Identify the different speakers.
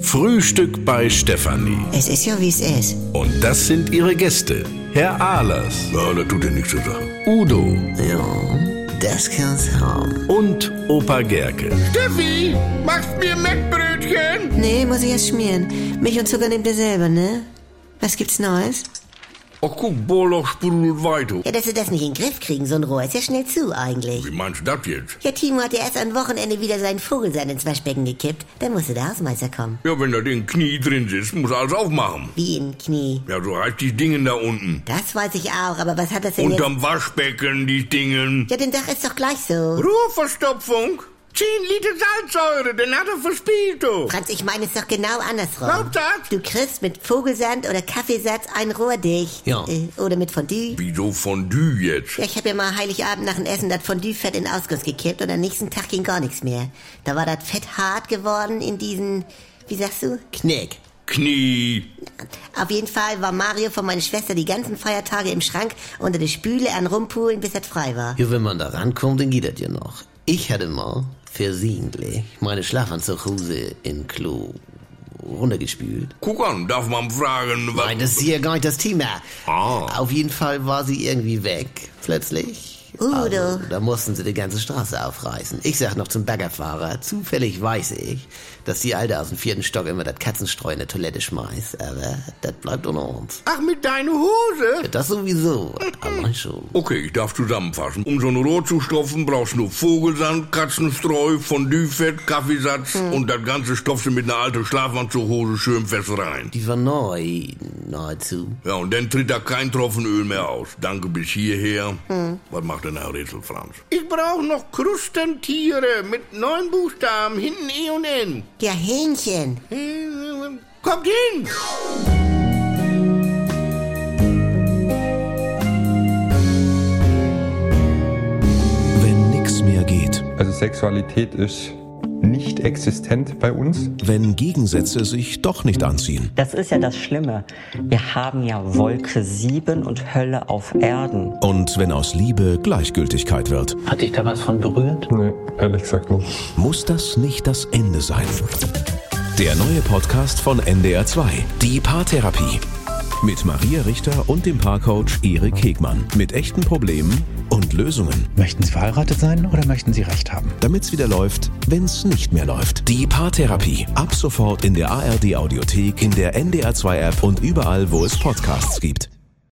Speaker 1: Frühstück bei Stefanie.
Speaker 2: Es ist ja, wie es ist.
Speaker 1: Und das sind ihre Gäste. Herr Ahlers,
Speaker 3: Ja, das tut dir nichts zu sagen.
Speaker 1: Udo
Speaker 2: Ja, das kann's haben.
Speaker 1: und Opa Gerke.
Speaker 4: Steffi, machst mir Mettbrötchen?
Speaker 2: Nee, muss ich erst schmieren. Milch und Zucker nehmt ihr selber, ne? Was gibt's Neues?
Speaker 3: Ach guck, Borloch sprudelt weiter.
Speaker 2: Ja, dass sie das nicht in den Griff kriegen, so ein Rohr ist ja schnell zu eigentlich.
Speaker 3: Wie meinst du das jetzt?
Speaker 2: Ja, Timo hat ja erst am Wochenende wieder seinen Vogelsand ins Waschbecken gekippt. Dann musste der Hausmeister kommen.
Speaker 3: Ja, wenn da den Knie drin sitzt, muss er alles aufmachen.
Speaker 2: Wie in Knie.
Speaker 3: Ja, so heißt die Dingen da unten.
Speaker 2: Das weiß ich auch, aber was hat das denn jetzt?
Speaker 3: Unterm Waschbecken, die Dingen.
Speaker 2: Ja, den Dach ist doch gleich so.
Speaker 4: Ruheverstopfung? 10 Liter Salzsäure, den hat er verspielt, du.
Speaker 2: Franz, ich meine es doch genau andersrum.
Speaker 4: Hauptsacht,
Speaker 2: Du kriegst mit Vogelsand oder Kaffeesatz ein Rohr dicht.
Speaker 5: Ja.
Speaker 2: Äh, Oder mit Fondue.
Speaker 3: Wieso Fondue jetzt?
Speaker 2: Ja, ich habe ja mal Heiligabend nach dem Essen das Fondue-Fett in Ausguss gekippt und am nächsten Tag ging gar nichts mehr. Da war das Fett hart geworden in diesen, wie sagst du?
Speaker 5: Knick.
Speaker 3: Knie.
Speaker 2: Auf jeden Fall war Mario von meiner Schwester die ganzen Feiertage im Schrank unter der Spüle an Rumpulen, bis das frei war.
Speaker 5: Ja, wenn man da rankommt, dann geht das ja noch. Ich hatte mal versehentlich meine Schlafanzughose im Klo runtergespült.
Speaker 3: Guck an, darf man fragen, was...
Speaker 5: Nein, das ist hier gar nicht das Thema.
Speaker 3: Ah.
Speaker 5: Auf jeden Fall war sie irgendwie weg, plötzlich.
Speaker 2: Udo.
Speaker 5: Also, da mussten sie die ganze Straße aufreißen. Ich sag noch zum Baggerfahrer, zufällig weiß ich, dass die Alte aus dem vierten Stock immer das Katzenstreu in der Toilette schmeißt, aber das bleibt unter uns.
Speaker 4: ach, mit deiner Hose?
Speaker 5: Ja, Das sowieso, aber schon.
Speaker 3: Okay, ich darf zusammenfassen. Um so ein Rohr zu stopfen, brauchst du nur Vogelsand, Katzenstreu, Fonduefett, Kaffeesatz und das ganze stopfst du mit einer alten Schlafanzughose schön fest rein.
Speaker 5: Die war neu, nahezu.
Speaker 3: Ja, und dann tritt da kein Tropfen Öl mehr aus. Danke bis hierher. Was macht denn Herr Rätsel, Franz?
Speaker 4: Ich brauche noch Krustentiere mit neun Buchstaben, hinten E und N.
Speaker 2: Ja, Hähnchen.
Speaker 4: Hm, Kommt hin!
Speaker 6: Wenn nix mehr geht,
Speaker 7: Also Sexualität ist nicht existent bei uns.
Speaker 6: wenn Gegensätze sich doch nicht anziehen,
Speaker 8: Das ist ja das Schlimme. Wir haben ja Wolke 7 und Hölle auf Erden.
Speaker 6: und wenn aus Liebe Gleichgültigkeit wird,
Speaker 9: Hat dich da was von berührt?
Speaker 7: Nee, ehrlich gesagt nicht.
Speaker 6: muss das nicht das Ende sein. Der neue Podcast von NDR2, die Paartherapie. Mit Maria Richter und dem Paarcoach Erik Hegmann. Mit echten Problemen und Lösungen.
Speaker 9: Möchten Sie verheiratet sein oder möchten Sie Recht haben?
Speaker 6: Damit's wieder läuft, wenn's nicht mehr läuft. Die Paartherapie. Ab sofort in der ARD-Audiothek, in der NDR2-App und überall, wo es Podcasts gibt.